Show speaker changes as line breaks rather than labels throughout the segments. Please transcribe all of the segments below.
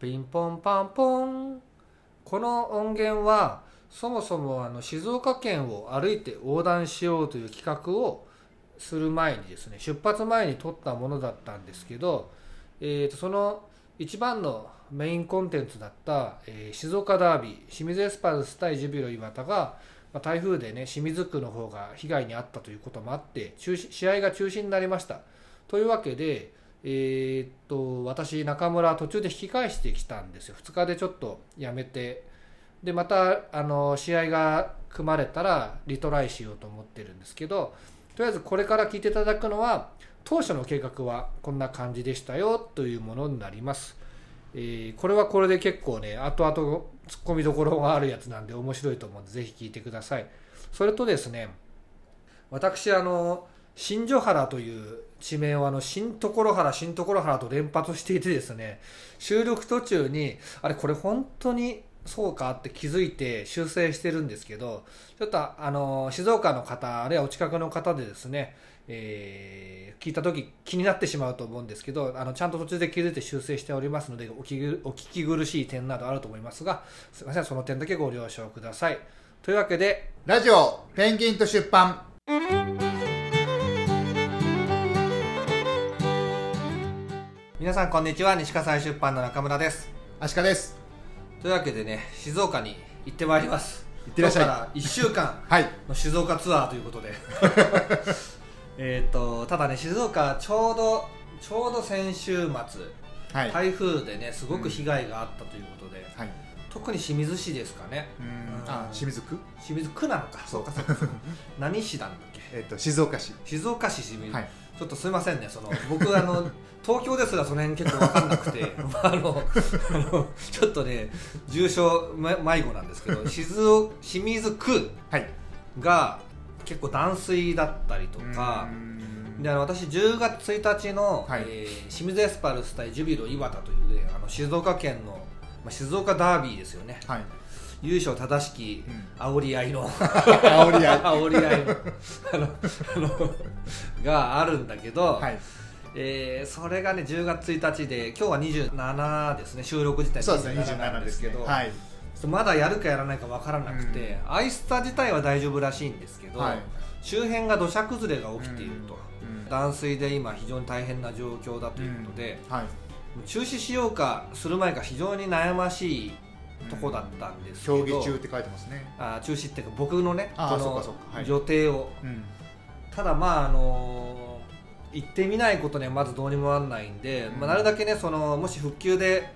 ピンポンパンポンこの音源はそもそもあの静岡県を歩いて横断しようという企画をする前にですね出発前に撮ったものだったんですけど、えー、とその一番のメインコンテンツだった、えー静岡ダービー清水エスパルス対ジュビロ磐田が、まあ、台風でね清水区の方が被害に遭ったということもあって中止試合が中止になりましたというわけで、えーっと私中村途中で引き返してきたんですよ2日でちょっとやめてでまたあの試合が組まれたらリトライしようと思ってるんですけどとりあえずこれから聞いていただくのは当初の計画はこんな感じでしたよというものになります、えーこれはこれで結構ね後々ツッコミどころがあるやつなんで面白いと思うんでぜひ聞いてくださいそれとですね私あの新所原という地名をあの新所原新所原と連発していてですね収録途中にあれこれ本当にそうかって気づいて修正してるんですけどちょっとあの静岡の方あるいはお近くの方でですね、えー聞いた時気になってしまうと思うんですけどあのちゃんと途中で気づいて修正しておりますのでお聞きお聞き苦しい点などあると思いますがすいませんその点だけご了承くださいというわけで
ラジオペンギンと出版
皆さんこんにちは西葛西出版の中村です
アシカです
というわけでね静岡に行ってまいります行って
らっしゃい
から1週間
はい
の静岡ツアーということでえっとただね静岡ちょうどちょうど先週末、
はいはい、
台風でねすごく被害があったということで、特に清水市ですかね
うんあ清水区
清水区なのかそうかそうかそうか 何市なんだっけ
えっ、と静岡市
静岡市清水、
はい
ちょっとすいませんねその僕あ の東京ですらその辺結構分かんなくて まああのあのちょっとね重症ま迷子なんですけど静岡清水区
はい
が結構断水だったりとかであの私10月1日の、
はい
えー清水エスパルス対ジュビロ磐田という、ね、あの静岡県の、まあ、静岡ダービーですよね
はい
優勝正しき
うん
煽り合い の
煽り合い
煽り合いのあのあのがあるんだけど、
はい
えーそれがね10月1日で今日は27ですね収録時点
そうですね
27なん
27で
ですす
け
け
ど
ど
はい
ちょっとまだやるかやらないか分からなくて、アイスタ自体は大丈夫らしいんですけど、
はい
周辺が土砂崩れが起きていると、
うん
断水で今非常に大変な状況だということで、
はい
中止しようかする前が非常に悩ましいとこだったんですけど、
競技中って書いてますね
あー中止っていうか僕のね
あー
こ
そっか
の
そっかはい
予定を、
うん
ただまああの行ってみないことにはまずどうにもなんないんで、
うん
まあ、なるだけねそのもし復旧で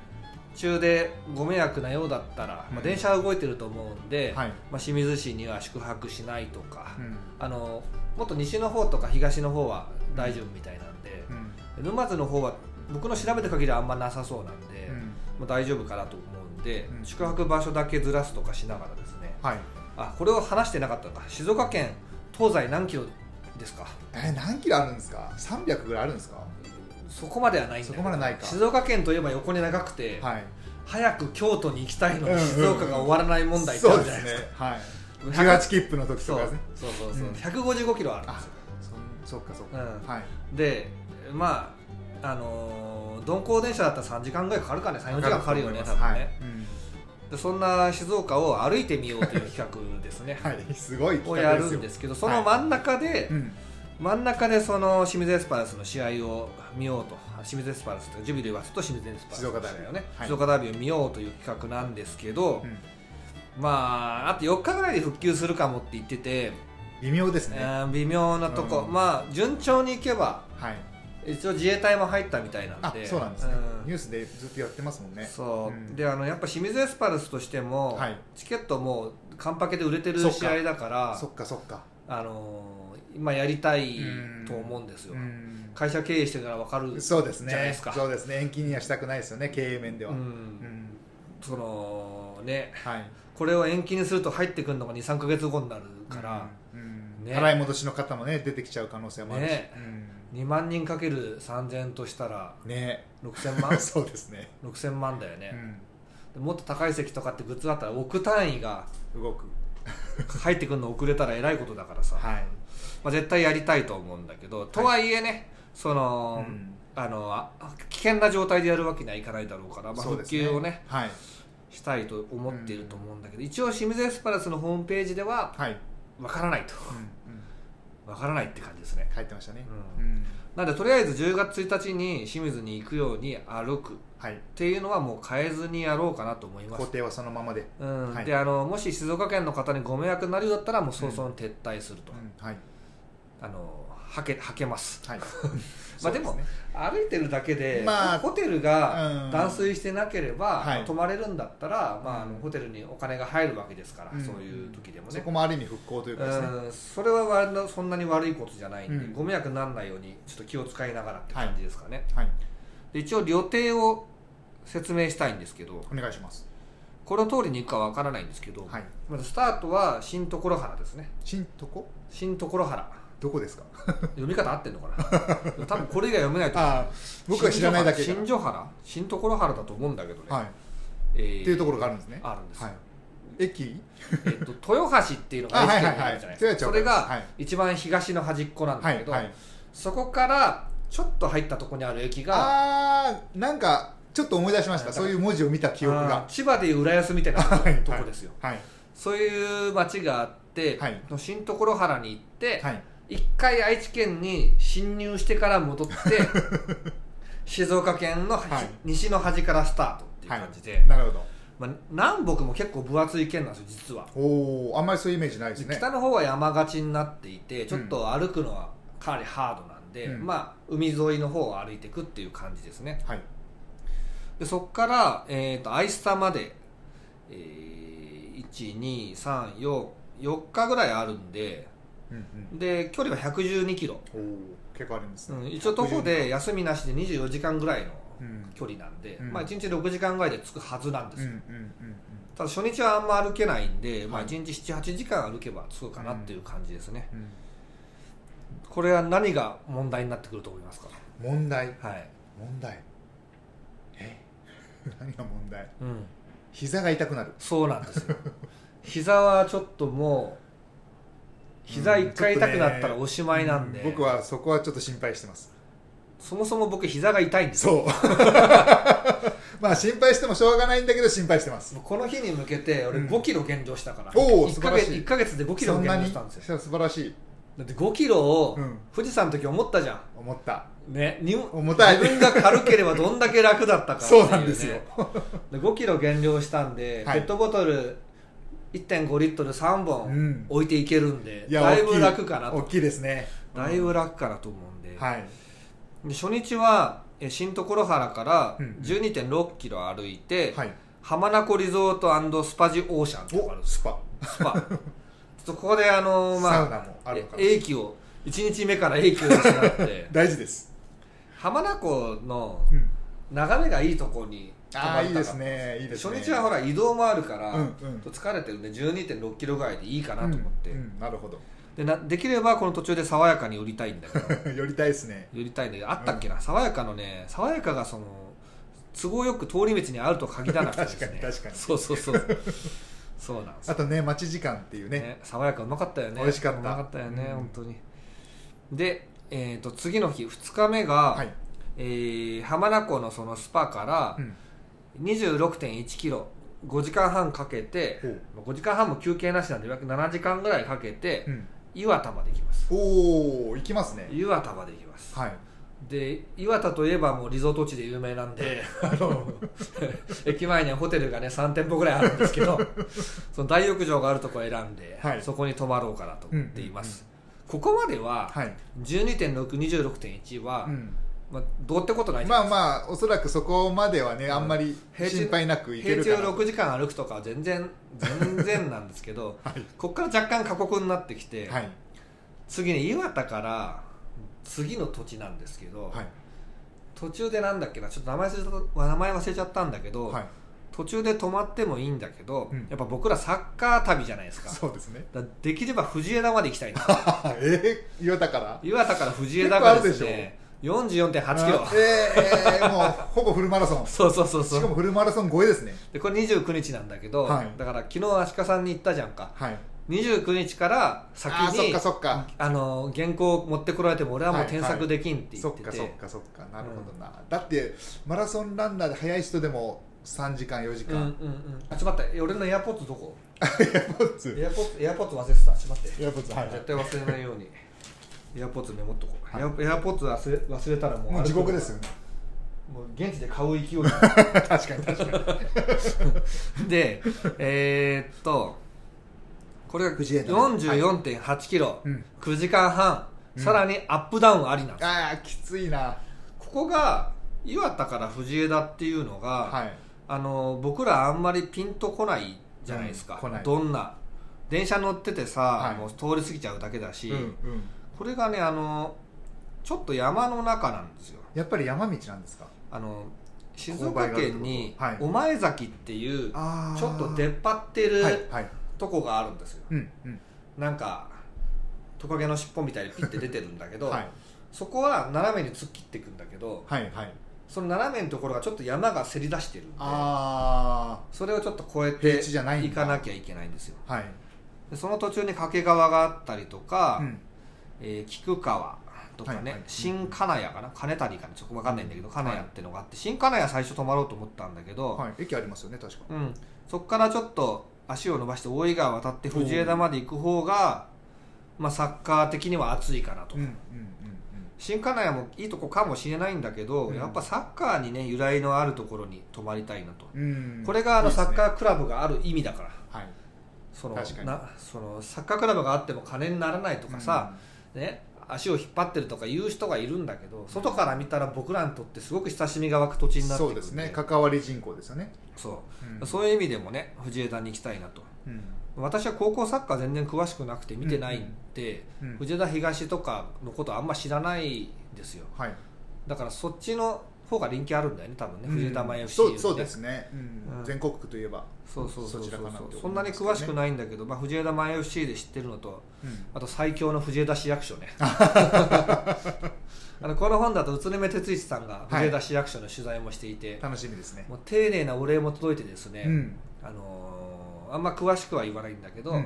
中でご迷惑なようだったら、
う
まあ、
ん
電車は動いてると思うんで、
はい
まあ、清水市には宿泊しないとか、
うん
あのもっと西の方とか東の方は大丈夫みたいなんで、
うん
沼津の方は僕の調べた限りはあんまなさそうなんで、
うん
まあ、大丈夫かなと思うんで、
うん
宿泊場所だけずらすとかしながらですね
はい
あこれを話してなかったのか静岡県東西何キロですか
えー、何キロあるんですか300ぐらいあるんですか
そこまではないんだけど
そこまでないか
静岡県といえば横に長くて、
はい
早く京都に行きたいの
うん
に
うんうん
静岡が終わらない問題ってあ
そう
る
で
じゃない
す
ですか、
ねはい
100
18切符の時
そう
とかですね
そうそうそう、
うん
155キロあるんですよ
そそっかそっか、
うん
はい
でまああのー鈍行電車だったら3時間ぐらいかかるかね3 4時間かかるよね多分ね、
はいうん
でそんな静岡を歩いてみようという企画ですね
はい、すごい
を
企
や
画で
る
すよ
んですけどその真ん中で、
うん
真ん中でその清水エスパルスの試合を見ようと清水エスパルスというかジュビリー・ワスと清水エスパルスの試合をね
はい
静岡ダービーを見ようという企画なんですけど、
うん
まああと4日ぐらいで復旧するかもって言ってて、
微妙ですね、
えー微妙なとこ、
うん
まあ順調にいけば
はい
一応自衛隊も入ったみたいなん
あ
で
そうなんですね、
うん
ニュースでずっとやってますもんね
そう、
ん
であのやっぱ清水エスパルスとしても、
はい
チケットもう完パケで売れてる
そっか
試合だから
そっかそっか
あのー今やりたいと思うんですよ、
うん
会社経営してから分かる
そうですね
じゃないですか
そうですね延期にはしたくないですよね経営面では、
う、
うんん
そのね
はい
これを延期にすると入ってくるのが23か月後になるから、
うん
ね
払い戻しの方もね出てきちゃう可能性もあるし
ね
うん
2万人かける3000としたら
ね
6000万
そうですね、
6000万だよね、
う
でもっと高い席とかってグッズだったら億単位が
ん、動く
入ってくるの遅れたらえらいことだからさ、
はい
まあ、絶対やりたいと思うんだけどとはいえね、その、
うん
あのあ危険な状態でやるわけにはいかないだろうから、まあ、
そう
復
ですね
旧をね
はい
したいと思っていると思うんだけど、一応清水エスパルスのホームページでは
はい、
わからないと
うん
わからないって感じですね
うん、書いてましたね、
う
うん
なのでとりあえず10月1日に清水に行くように歩くっ
はい
ていうのはもう変えずにやろうかなと思いま
工
す
程はそのままで、
うん
はい
であのもし静岡県の方にご迷惑になるようだったらもう早々に撤退すると、
うんはい
あのはけはけ ます
はい
まあでも
そうすね
歩いてるだけで、
まあ
ホテルが
うん
断水してなければ、
はい
泊まれるんだったら、まあ、あの
うん
ホテルにお金が入るわけですから、
うん
そういう時でも
そ
ね
こもある意味復興というかですね、
うんそれは割とそんなに悪いことじゃないんで、
うん
ご迷惑にならないようにちょっと気を使いながらって感じですかね、
はい
で一応旅程を説明したいんですけど
お願いします
この通りに行くかわからないんですけど、
はい
まずスタートは新所原ですね
新とこ
新所原
どこですか
読み方合ってんのか な多分これ以外読めないと思う
ああ 僕が知らないだけで
新所原新所原だと思うんだけどね、
はい、っ
え
て
ー
いうところがあるんですね
あるんですよ、
はい駅
えっと、豊橋っていうのが
あ
愛
は
知
い
県
はい
にあ
は
る
い
じゃない
豊
です
橋
か、それ
は
が
い
一番東の端っこなん
は
だけ
い
ど、
はい
そこからちょっと入ったとこにある駅が
ああなんかちょっと思い出しましたそういう文字を見た記憶
あー
が
千葉でいう浦安みたいなとこ
はい
とこですよ、
はい
そういう町があって、
はい
の新所原に行って、
はい
一回愛知県に侵入してから戻っ て静岡県の端、
はい
西の端からスタートっていう感じで、
なるほ
まあ、南北も結構分厚い県なんですよ実は
どおおあんまりそういうイメージないですね
北の方は山がちになっていてちょっと歩くのはかなりハードなんで、
うん
まあ海沿いの方を歩いていくっていう感じですね
はい
でそこから、えー、とアイスタまで、えー、1234 4日ぐらいあるんで
うん
で距離は1 1 2キロ、
うんおお結構あるんです
う
ね
ん、一応徒歩で休みなしで24時間ぐらいの
うん
距離なんで、
うん
まあ、1日6時間ぐらいで着くはずなんで
うん
す
うん
よ、
うん
ただ初日はあんま歩けないんで、まあ、
はい
1日78時間歩けば着くかなっていう感じですね、
うん
これは何が問題になってくると思いますか
問題
はい、
問題え 何が問題
うん、
膝が痛くなる
そうなんですよ 膝はちょっともう膝一回痛くなったらおしまいなんで、
僕はそこはちょっと心配してます
そもそも僕膝が痛いんですよ
そう まあ心配してもしょうがないんだけど心配してます
もうこの日に向けて俺
うん
5キロ減量したから、
おー
1
素
か
晴らし
月
い
1ヶ月で5キロ
そんな
減量
に
したんですよ
素晴らしい
だって5キロを
うん
富士山の時思ったじゃ
思った
んねに
重たい
自分が軽ければどんだけ楽だったかってい
そう
ね、
なんですよ
で5キロ減量したんで、
はい
ペットボトル1.5リットル3本、
うん
置いていけるんで
いや
だい
大き
ぶ
い
楽かな
大
と
きいですね
だいぶ楽かなと思うんで,、
はい
で初日はえ新所原から
うん
1 2 6キロ歩いて、
はい
浜名湖リゾートスパジオーシャンっていうのがあるん
お
です
スパ
スパちょっとここであ の
サウ
まあ
ナもあるのかな
え英気を1日目から英気を失って
大事です
浜名湖の
うん
眺めがいいとこに泊
あ
ま
あ
り
いい
たか
で
った
すねいいですね
初日はほら移動もあるから、
うんうん
ちょっと疲れてるんで1 2 6キロぐらいでいいかなと思って、
うんうんなるほど
でなできればこの途中で爽やかに寄りたいんだけど
寄りたいですね、
寄りたいんだけどあったっけな、爽やかのね爽やかがその都合よく通り道にあると限らなくてです、ね
確かに確かに
そうそうそう そうなんです
あとね待ち時間っていう
ね
ね
爽やかうまかったよね
美味しかった
うまかったよね、
うん
本当にで、えー、と次の日2日目が、
はい
えー浜名湖のそのスパから
うん
2 6 1キロ5時間半かけて
ほう
5時間半も休憩なしなんで約7時間ぐらいかけて、
うん
岩田まで行きます
おお行きますね
岩田まで行きます
はい
で岩田といえばもうリゾート地で有名なんであの 駅前にはホテルがね3店舗ぐらいあるんですけど その大浴場があるとこ選んで、
はい
そこに泊まろうかなと思っています、ここまでは
はい
12.626.1は、
うん
まあ、どうってことない
まあまあおそらくそこまではねあんまり
平地
心配なく行け
平
る
地
か
を
な
6時間歩くとかは全然全然なんですけ ど、ここから若干過酷になってきて、
はい
次に岩田から次の土地なんですけど、
はい
途中でなんだっけなちょっと名前忘れた名前忘れちゃったんだけど、
はい
途中で泊まってもいいんだけど、
うん
やっぱ僕らサッカー旅じゃないですか
そうですね
だからできれば藤枝まで行きたいんですよ
えー岩田から
岩田から藤枝がで
結
す
構ある
ね44.8キロ
あえー、もうほぼフルマラソンし
そうそうそうそ
か
う
もフルマラソン超えですね
でこれ29日なんだけど、
はい
だから昨日足利さんに行ったじゃんか
はい
29日から先
あーそっ
に
かそっか
あの原稿を持ってこられても俺はもう
はいはい
添削できんって言
そ
っ
ってか
て、
そっかそっかなるほどな、だってマラソンランナーで速い人でも3時間4時
うんうんう
間、
んあちょっと待って俺のエアポッドどこ
ポッツ
エアポッドエアポッド忘れてたちょっと待って
やっぱつはい
絶対忘れないようにエアポッドメモっとこう、
はい
エアエアポッド忘れ忘れたらもう
もう地獄ですよね
もう現地で買う勢い
確かに確かに
で、えーっと、これが
藤枝の
44.8キロ、
うん
9時間半、
うん
さらにアップダウンありなんです。
ああきついな
ここが、岩田から藤枝っていうのが、
はい
あの、僕らあんまりピンとこないじゃないですか。
うん来ない
どんな。電車乗っててさ、
はい
もう通り過ぎちゃうだけだし、
うん、
これがね、あの、ちょっと山の中なんですよ。
やっぱり山道なんですか
あの、静岡県に
勾配があるってこと
お前崎っていう、
あ
ちょっと出っ
っ
張ってる、
はいはい
とこがあるんですよ
うんうん
なんかトカゲの尻尾みたいにピッて出てるんだけど、
はい
そこは斜めに突っ切っていくんだけど
はいはい
その斜めのところがちょっと山がせり出してるんで
あ
それをちょっと越え
平地じゃない
て
んだ
いかなきゃいけないんですよ
あはい
でその途中に掛川があったりとか、
うん
えー菊川とかね、
はいはい
新金谷かな金谷かなちょっと分かんないんだけど金谷ってのがあって新金谷最初泊まろうと思ったんだけど、
はい駅ありますよね確か
うん、そこからちょっと足を伸ばして大井川渡って藤枝まで行く方が、まあ、サッカー的には熱いかなと、
うんうんうん
新金谷もいいとこかもしれないんだけど、
うん
やっぱサッカーにね由来のあるところに泊まりたいなと、
うんうん
これがあの
いいで
サ
す
ッ
ね
カークラブがある意味だから
はい
その
確かに
なそのサッカークラブがあっても金にならないとかさ、ね、足を引っ張ってるとか言う人がいるんだけど外から見たら僕らにとってすごく親しみが湧く土地
うん
になってくる
そうん
で
ですね関わり人口ですよね
そううんそういう意味でもね藤枝に行きたいなと。
うん
私は高校サッカー全然詳しくなくて見てないんで、
うん
藤枝東とかのことあんま知らないんですよ
はい
だからそっちの方が人気あるんだよね多分ね、藤枝前 FC
そ
より
う
ね
そうですねう
うん
ん全国区といえば
そうそうそうそ
そちらかなって思いますけ
う
どね
そんなに詳しくないんだけど、まあ、藤枝前 FC で知ってるのと
うん
あと最強の藤枝市役所 ねあのこの本だと宇都宮哲一さんが藤枝市役所の取材もしていて、
楽しみですね
もう丁寧なお礼も届いてですね、
うん
あのーあんま詳しくは言わないんだけど、
うん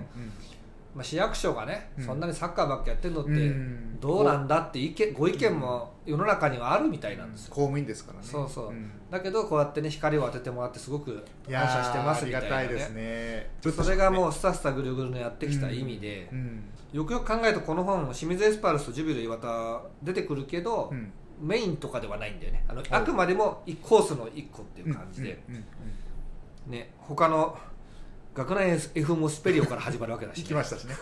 まあ、市役所がね、
うん
そんなにサッカーばっかやってるのって、
うん
どうなんだって意見ご意見も世の中にはあるみたいなんですよ、
公務員ですからね
そうそうんだけどこうやってね光を当ててもらってすごく
いや
感
ー
謝してます
あり
みた
が
いな、ね、
たいですね
それがも
う
うスタスタぐるぐるのやってきた意味で、
うん
よくよく考えるとこの本清水エスパルスとジュビロ磐田出てくるけど、
うん
メインとかではないんだよねあの
い
あくまでも一コースの一個っていう感じで、
うんうんうん
ね他の学内 F モスペリオから始まるわけだし、
行
ね
き、ましたしね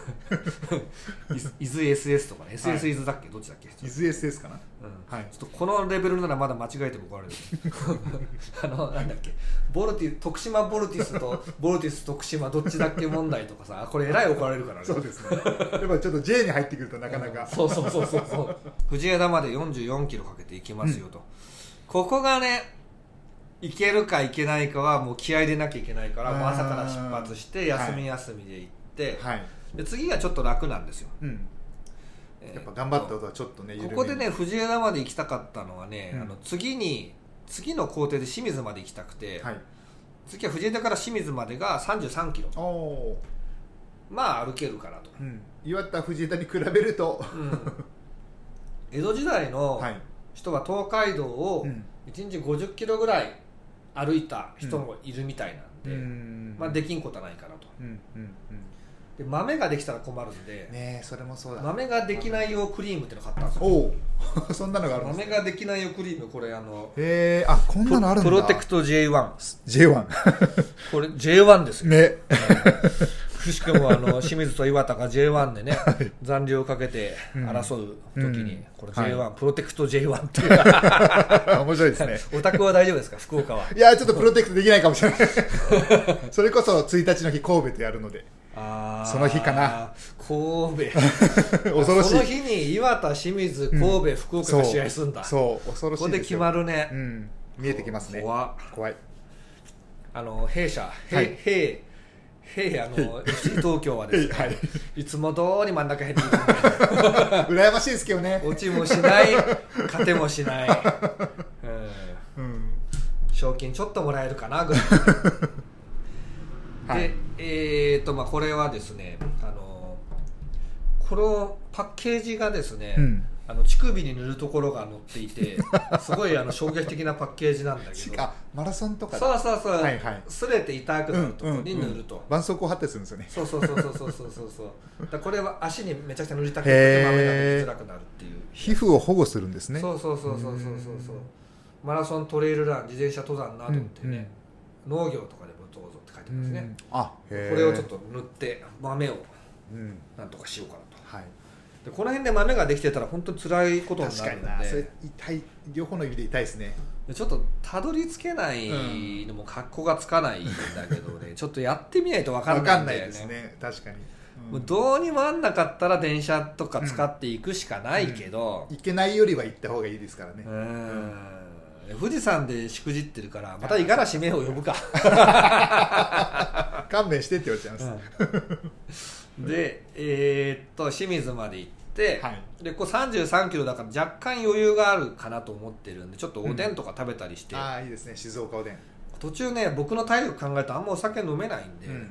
伊豆 SS とかね SS 伊豆だっけ、どっちだっけ
伊豆 SS かな
うん
はい
ちょっとこのレベルならまだ間違えても怒られる あのなんだっけボルティ徳島ボルティスとボルティス徳島どっちだっけ問題とかさこれえらい怒られるからね
そうですねやっぱちょっと J に入ってくるとなかな
うん
か
そうそうそうそうそう 藤枝まで4 4キロかけていきますよと、ここがね行けるか行けないかはもう気合いでなきゃいけないからもう朝から出発して
あー
休み休みで行って、
はい
で次がちょっと楽なんですよ
うんやっぱ頑張ったことはちょっとね
こ
緩めに
こでね藤枝まで行きたかったのはね、
うん
あの次に次の工程で清水まで行きたくて、
はい
次は藤枝から清水までが3 3キロ
おお
まあ歩けるからと、
ーうん岩田藤枝に比べると
うん江戸時代の
はい
人は東海道を
うん
1日5 0キロぐらい歩いた人もいるみたいなんで、
うん
まあ、できんことはないかなと
うんうんうん
で豆ができたら困るんで、
ねえそれもそうだ
豆ができない用クリームっての買ったんですよ
おおそんなのがあるんです
豆ができない用クリームこれあの
へえあこんなのあるんだ
プロテクト J1
J1
これ J1 ですよ
ね
くしくもあ の清水と岩田が J1 でね、残留をかけて争う時に、
うん
これ
はい
J1、プロテクト J1 っていう
面白いですね
お宅は大丈夫ですか福岡はい
やちょっとプロテクトできないかもしれない それこそ1日の日神戸とやる ので
あー
その日かな
神戸
恐ろし
その
い
日に岩田清水神戸、福岡が試合するんだこ
そうそう恐ろしい
こで決ま
る
るね、
うん見えてきますね
怖っ
怖い
あの弊社
は
弊
い
弊弊あの FC 東京はですね、
はいい、
つも通り真ん中へっていく
羨ましいですけどね
落ちもしない勝てもしない、うん、
うん
賞金ちょっともらえる かなぐらい
はい
で、えーとまあ、これはですねあのこのパッケージがですね、
うん
あの乳首に塗るところが載ってい てすごいあの衝撃的なパッケージなんだけ
し
ど
あマラソンとか
そうそうそう、
はいはい
すれて痛くなるところに塗ると、
絆創膏貼ってするんですよね
そうそうそうそうそうそうそうだからこれは足にめちゃくちゃ塗りたくなって豆が
へー
出づらくなるっていう
皮膚を保護するんですね
そうそうそうそうそうそうそうマラソントレイルラン自転車登山などってね、農業とかでもどうぞって書いて
う
ます
ん
ね、
あへー
これをちょっと塗って豆を
うん
なんとかしようかなと
はい
でこの辺で豆ができてたら本当に辛いことに
確
な
か
る
に
の
なそれ
で
痛い両方の指で痛いですね
でちょっとたどり着けないのも格好がつかないんだけど ね、ちょっとやってみないと分か
わ
んな
か
いん
んな
だ
い
よ
で
ね
すね確かにうん
もうどうにもあんなかったら電車とか使っていくしかないけど、
行けないよりは行った方がいいですからね
うーん富士山でしくじってるからまた五十嵐明を呼ぶか、
勘弁してって言われちゃいます は
でえーっと清水まで行って、
い
でこう33キロだから若干余裕があるかなと思ってるんでちょっとおでんとか食べたりして、
ああいいですね静岡おでん
途中ね僕の体力考えたらあんまお酒飲めないんで、
うん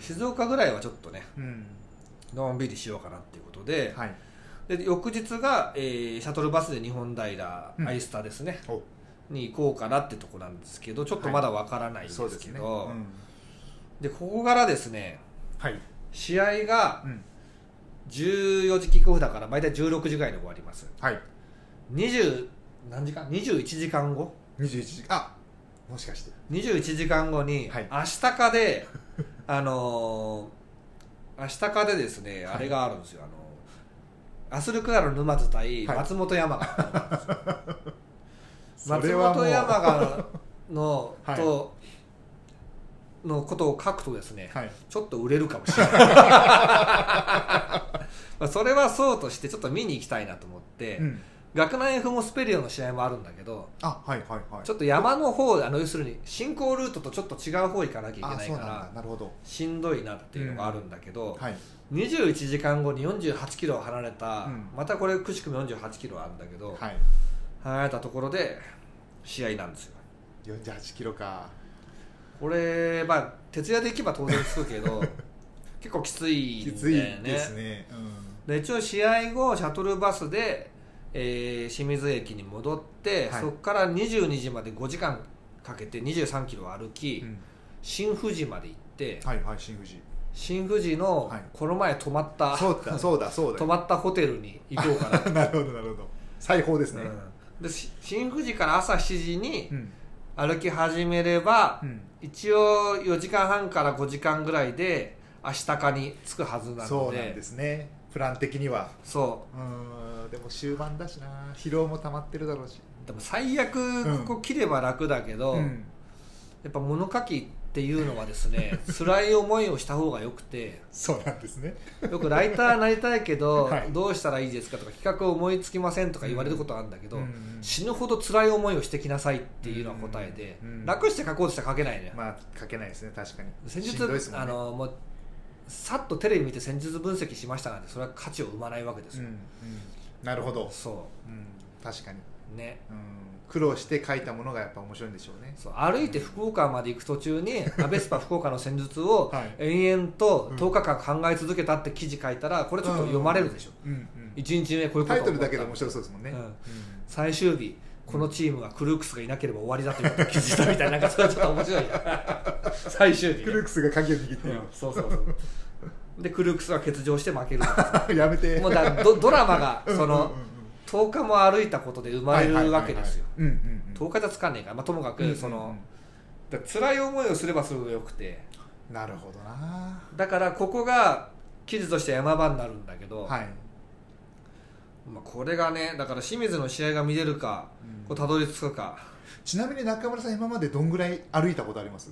静岡ぐらいはちょっとね
うんうん
のんびりしようかなっていうことで,、
はい
で翌日が、えーシャトルバスで日本平、
うん
アイスタですね
お
に行こうかなってとこなんですけどちょっとまだわからないんで
そうですす
け
ね
ど、
うん
でここからですね
はい
試合が
うん
14時キックオフだから大体16時ぐらいに終わります
はい
20何時間21時間後
21時あもしかして
21時間後に、
はい
明日か であのー明日かでですね、
はい
あれがあるんですよあのアスルクラの沼津対
はい
松本山雅、
そ
松
れはもう
本山 雅の
はい
とのことを書くとですね、
はい
ちょっと売れるかもし れないまあそれはそうとしてちょっと見に行きたいなと思って、
うん
学内 F もスペリオの試合もあるんだけど
あはいはいはい
ちょっと山の方あの要するに進行ルートとちょっと違う方行かなきゃいけ
あ
ない
そう
か
なんだ
ら
なるほど
しんどいなっていうのがあるんだけど、
はい
21時間後に4 8キロ離れた、
うん
またこれくしくも4 8キロあるんだけど、
はい
離れたところで試合なんですよ
48キロか
これまあ徹夜で行けば当然つくけ ど結構きつい
き
ん
つい
だよね
ですねうん
で一応試合後シャトルバスで、えー清水駅に戻って、
はい
そこから22時まで5時間かけて2 3キロ歩き、
うん
新富士まで行って、
はいはい新富士
新富士の
はい
この前泊まった、
そう だそうだそうだ
泊まったホテルに行こうかな、
なるほどなるほど最高ですね
うんでし新富士から朝7時に
うん
歩き始めれば、
うん
一応4時間半から5時間ぐらいで明日かに着くはずなので
そうなんですねプラン的には
そう
うんでも終盤だしな疲労も溜まってるだろうし
でも最悪ここ切れば楽だけど、
うん
やっぱ物書きっていうのはです ね辛い思いをした方がよくて
そうなんですね
よくライターになりたいけど、
はい
どうしたらいいですかとか企画思いつきませんとか言われることあるんだけど、
うん
死ぬほど辛い思いをしてきなさいっていうのは答えで、
うん
楽して書こうとしたら書けないね、
まあ書けないですね確かに
戦
しんどいで
術
すもん
あ
ね
のもうさっとテレビ見て戦術分析しましたなんてそれは価値を生まないわけです
うん
よ、
うんなるほど、
そ
うん、確かに、
うね
うん、苦労して書いたものがやっぱ面白いんでしょうね
そう歩いて福岡まで行く途中 に「アベスパ福岡の戦術」を
はい
延々と
うん
10日間考え続けたって記事書いたらこれちょっと読まれるでしょ、
うんうん
一日目こういうこと
タイトルだけで
思
面
った
白そうですもんね、
うん
うん
最終日このチームはクルークスがいなければ終わりだということを気づいたみたいななんかそれはちょっと面白い な最終日ね
クルークスが鍵を握って
うんそうそうそうでクルークスは欠場して負ける
いるやめて
もうだからドドラマが
うん
その10日も歩いたことで生まれるわけですよ
うんうんうん
10日じゃつかんねえから、まあ、ともか
うんうんう
く
ん
その、だから辛い思いをすればするほどよくて
なるほどな
だからここが記事として山場になるんだけど、
はい、
まあ、これがねだから清水の試合が見れるかこうたどり着くか
ちなみに中村さん今までどんぐらい歩いたことあります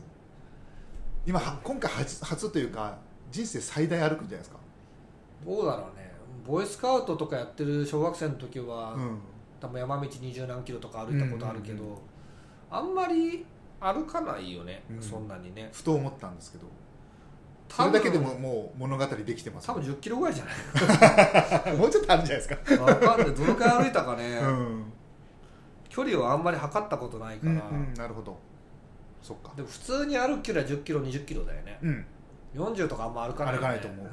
今は今回初初というか人生最大歩くんじゃないですか、
どうだろうねボーイスカウトとかやってる小学生の時は、
うん、
多分山道二十何キロとか歩いたことあるけど、
うんうんうん
あんまり歩かないよね、
うん
そんなにね
ふと思ったんですけどそ
多
れ
分
だけでももう物語できてます
多分1 0キロぐらいじゃない
もうちょっと あるんじゃないです か、
わかんないどのくらい歩いたかね、
うん
距離をあんまり測ったことないか
う
ら、
んうん、なるほどそっか
でも普通に歩く距離は1 0キロ2 0キロだよね
うん
40とかあんま歩かないよね、
歩かないと思う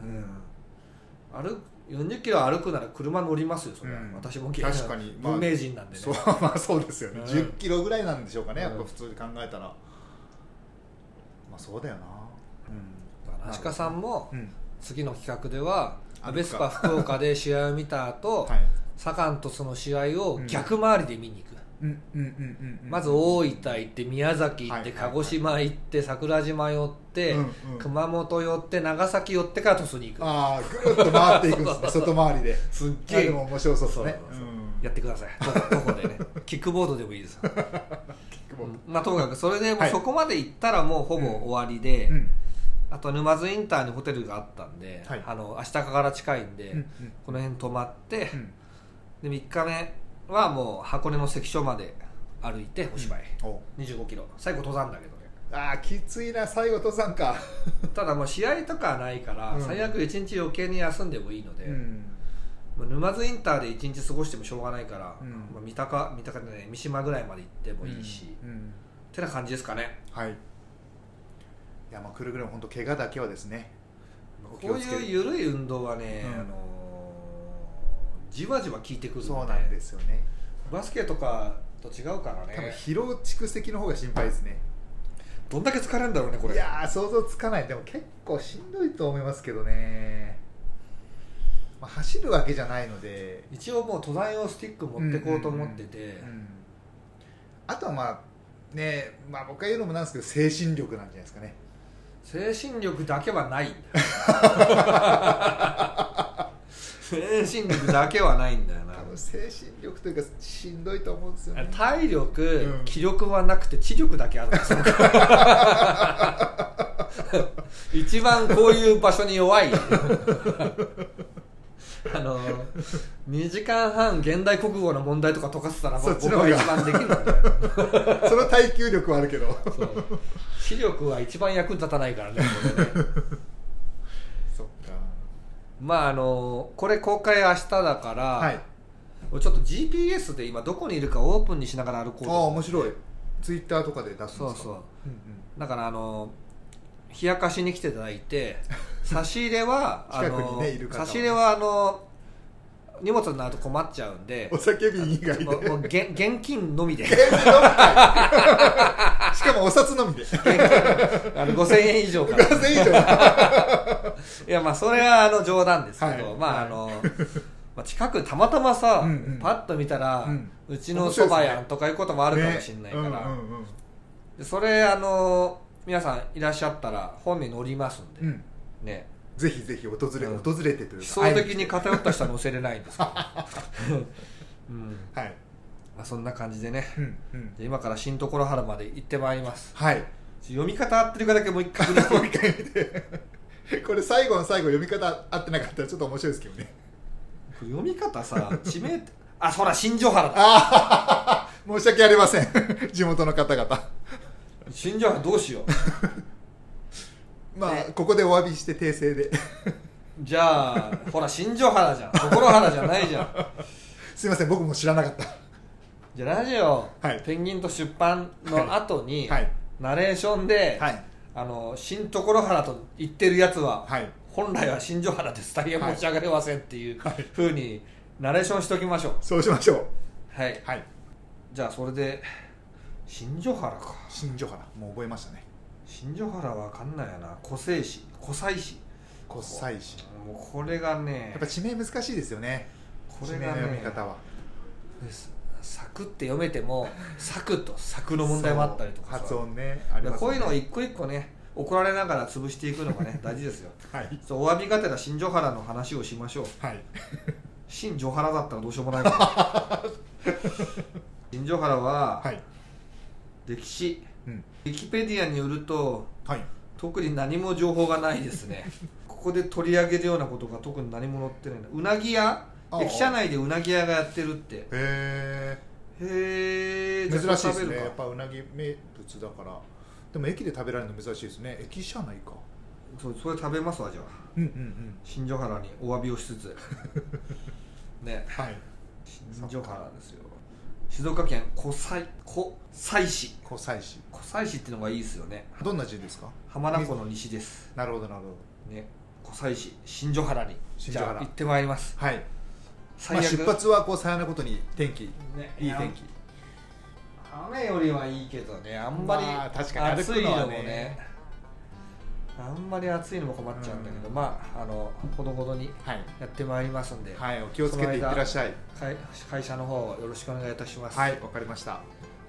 うん歩40キロ歩くなら車乗りますよそれは、
うん
私も
確かにまあ
文明人なんでね、
そう まあそうですよね、
うん
1 0キロぐらいなんでしょうかね
うん
やっぱ普通に考えたら、まあそうだよなうん
アシカさんも
うん
次の企画では
あ
ベスパ福岡で試合を見た後、
はい
サカンとその試合を逆回りで見に行く、
うんうんうんうん
まず大分行って宮崎行
は
っ
い
て
はい
鹿
はい
児島行って桜島寄って、
うんうん
熊本寄って長崎寄ってから鳥栖に行く
ああぐるっと回っていくんですね外回りです
っ
いや
げ
で
え
も面白そうですね
そうそうそう
うん
やってくださいどこどこでね キックボードでもいいです
結構
まあともかくそれでも
は
う
い
そこまで行ったらもうほぼ終わりで、
うん
あと沼津インターにホテルがあったんで、
はい
あの明日から近いんで、
うんうん
この辺泊まって
う、ん
で3日目はもう箱根の関所まで歩いておしまい、
お
2 5キロ最後登山だけどね
ああきついな最後登山か
ただもう試合とかはないから、
うん
最悪1日余計に休んでもいいので、
うん
もう沼津インターで1日過ごしてもしょうがないから、
うん
まあ、三鷹三鷹でね三島ぐらいまで行ってもいいし、
うんうん
てな感じですかね
はいいやまあくれぐれも本当怪我だけはですねお気
こ
を
う
つけて
いう緩い運動はね、
うん
あのーじわじわ効いてくるので
そうなんですよね
バスケとかと違うから
多分
ね
疲労蓄積の方が心配ですね
どんだけ疲れるんだろうねこれ
いやー想像つかないでも結構しんどいと思いますけどね、まあ、走るわけじゃないので
一応もう登山用スティック持ってこうと思ってて、
うんあとはまあねまあ僕が言うのもなんですけど精神力なんじゃないですかね
精神力だけは ないんだよ精神力だけはないんだよな
多分精神力というかしんどいと思うんですよね
体力、
うん
気力はなくて知力だけあるんですよ 一番こういう場所に弱い あの2時間半現代国語の問題とか解かせたら
そっち
僕
の方
は
が
一番できるんだよ
その耐久力はある けど
そう視力は一番役に立たないからねこれね
そっ
まああのこれ公開明日だから、
かはいあ
俺ちょっと GPS で今どこにいるかオープンにしながら歩こう
あ
と思う
面白いツイッターとかで出すんですか
そうそう
うん
だからあの冷やかしに来ていただい て差し入れはあ
近くに
の
ねいる方は
差し入れはあの荷物になると困っちゃうんで
うん、お酒瓶以外で
もうもう現現金のみ で
しかもお札のみ で
あの5000円以上から
5000以上はい
やまあそれはあの冗談ですけど、
はい
まああの、まあ、近くたまたまさ、
うんうん
パッと見たら、
う
うんちのそばやんとかいうこともあるかもしれないから、
ねうんうんうん
でそれあの皆さんいらっしゃったら本に載りますんで、
うん、
ね
ぜひぜひ訪れ、
うん
訪れてとい
思
うか
想的に偏った人は載せれないんですけど、 うん
はい、はい
まあ、そんな感じでね
うんうん、
で今から新所原まで行ってまいります
はい
読み方合ってるかだけもう一 回確認して
もう一回見てこれ最後の最後読み方合ってなかったらちょっと面白いですけどね
読み方さ地名って あそら新所原だ
ああ申し訳ありません 地元の方々
新所原どうしよう
まあ、
ね
ここでお詫びして訂正で
じゃあほら新所原 じゃん心原じゃないじゃん
すいません僕も知らなかった
じゃあラジオ、
はい
ペンギンと出版の後に、
はい
ナレーションで、
はい
あの新所原と言ってるやつは、
はい
本来は新所原です大変持ち上がれませんっていう
はい
ふうにナレーションしておきましょう
そうしましょう
はい
はい
じゃあそれで新所原か
新所原もう覚えましたね
新所原わかんないやな湖西市湖西市
国際市
もうこれがね
やっぱ地名難しいですよね
こ
地
れ
名の
が
読み
ね
方は
ですサクって読めても サクとサクの問題もあったりとかさ
そう発音ねあります
こ
よ
うい
ね
うのを一個一個ね怒られながら潰していくのがね大事です よ
はい
ちょっとお詫びがてら新所原の話をしましょう
はい
新所原だったらどうしようも ないから新所原は
はい
歴史、
うん
ウィキペディアによると
はい
特に何も情報がないです ねここで取り上げるようなことが特に何も載ってないなうなぎ屋
ああ
駅舎内でうなぎ屋がやってるってへ
へ
え
え珍しいですねや
か
っぱうなぎ名物だからでも駅で食べられるの珍しいですね駅舎内か
そうそれ食べますわじゃあ
うんうんうん
新所原にお詫びをしつ つね
はい
新所原ですよ静岡県湖西湖西市
湖西市
湖西市っていうのがいいですよね
どんな字ですか
浜名湖の西です
なるほどなるほど
ね湖西市新所原に
新所原
じゃあ行ってまいります
はい、
最
まあ、
悪、
出発はこう幸いなことに天気いい
ね
天気
雨よりはいいけどねあんまり
まあ確かに歩
暑
く
い
の
のも
はね
ねあんまり暑いのも困っちゃうんだけど、まああのほどほどに
はい、
やってまいりますんで、
はい、お気をつけていってらっしゃい
会会社の方よろしくお願いいたします、
はいわかりました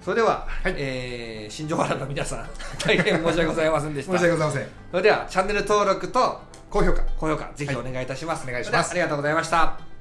それでは、
はい
えー新庄原の皆さん大変申し訳ございませんでし
申した
そ
訳ございません
れではチャンネル登録と
高評価
高評価ぜひお願いいたします、
お願いします
それではありがとうございました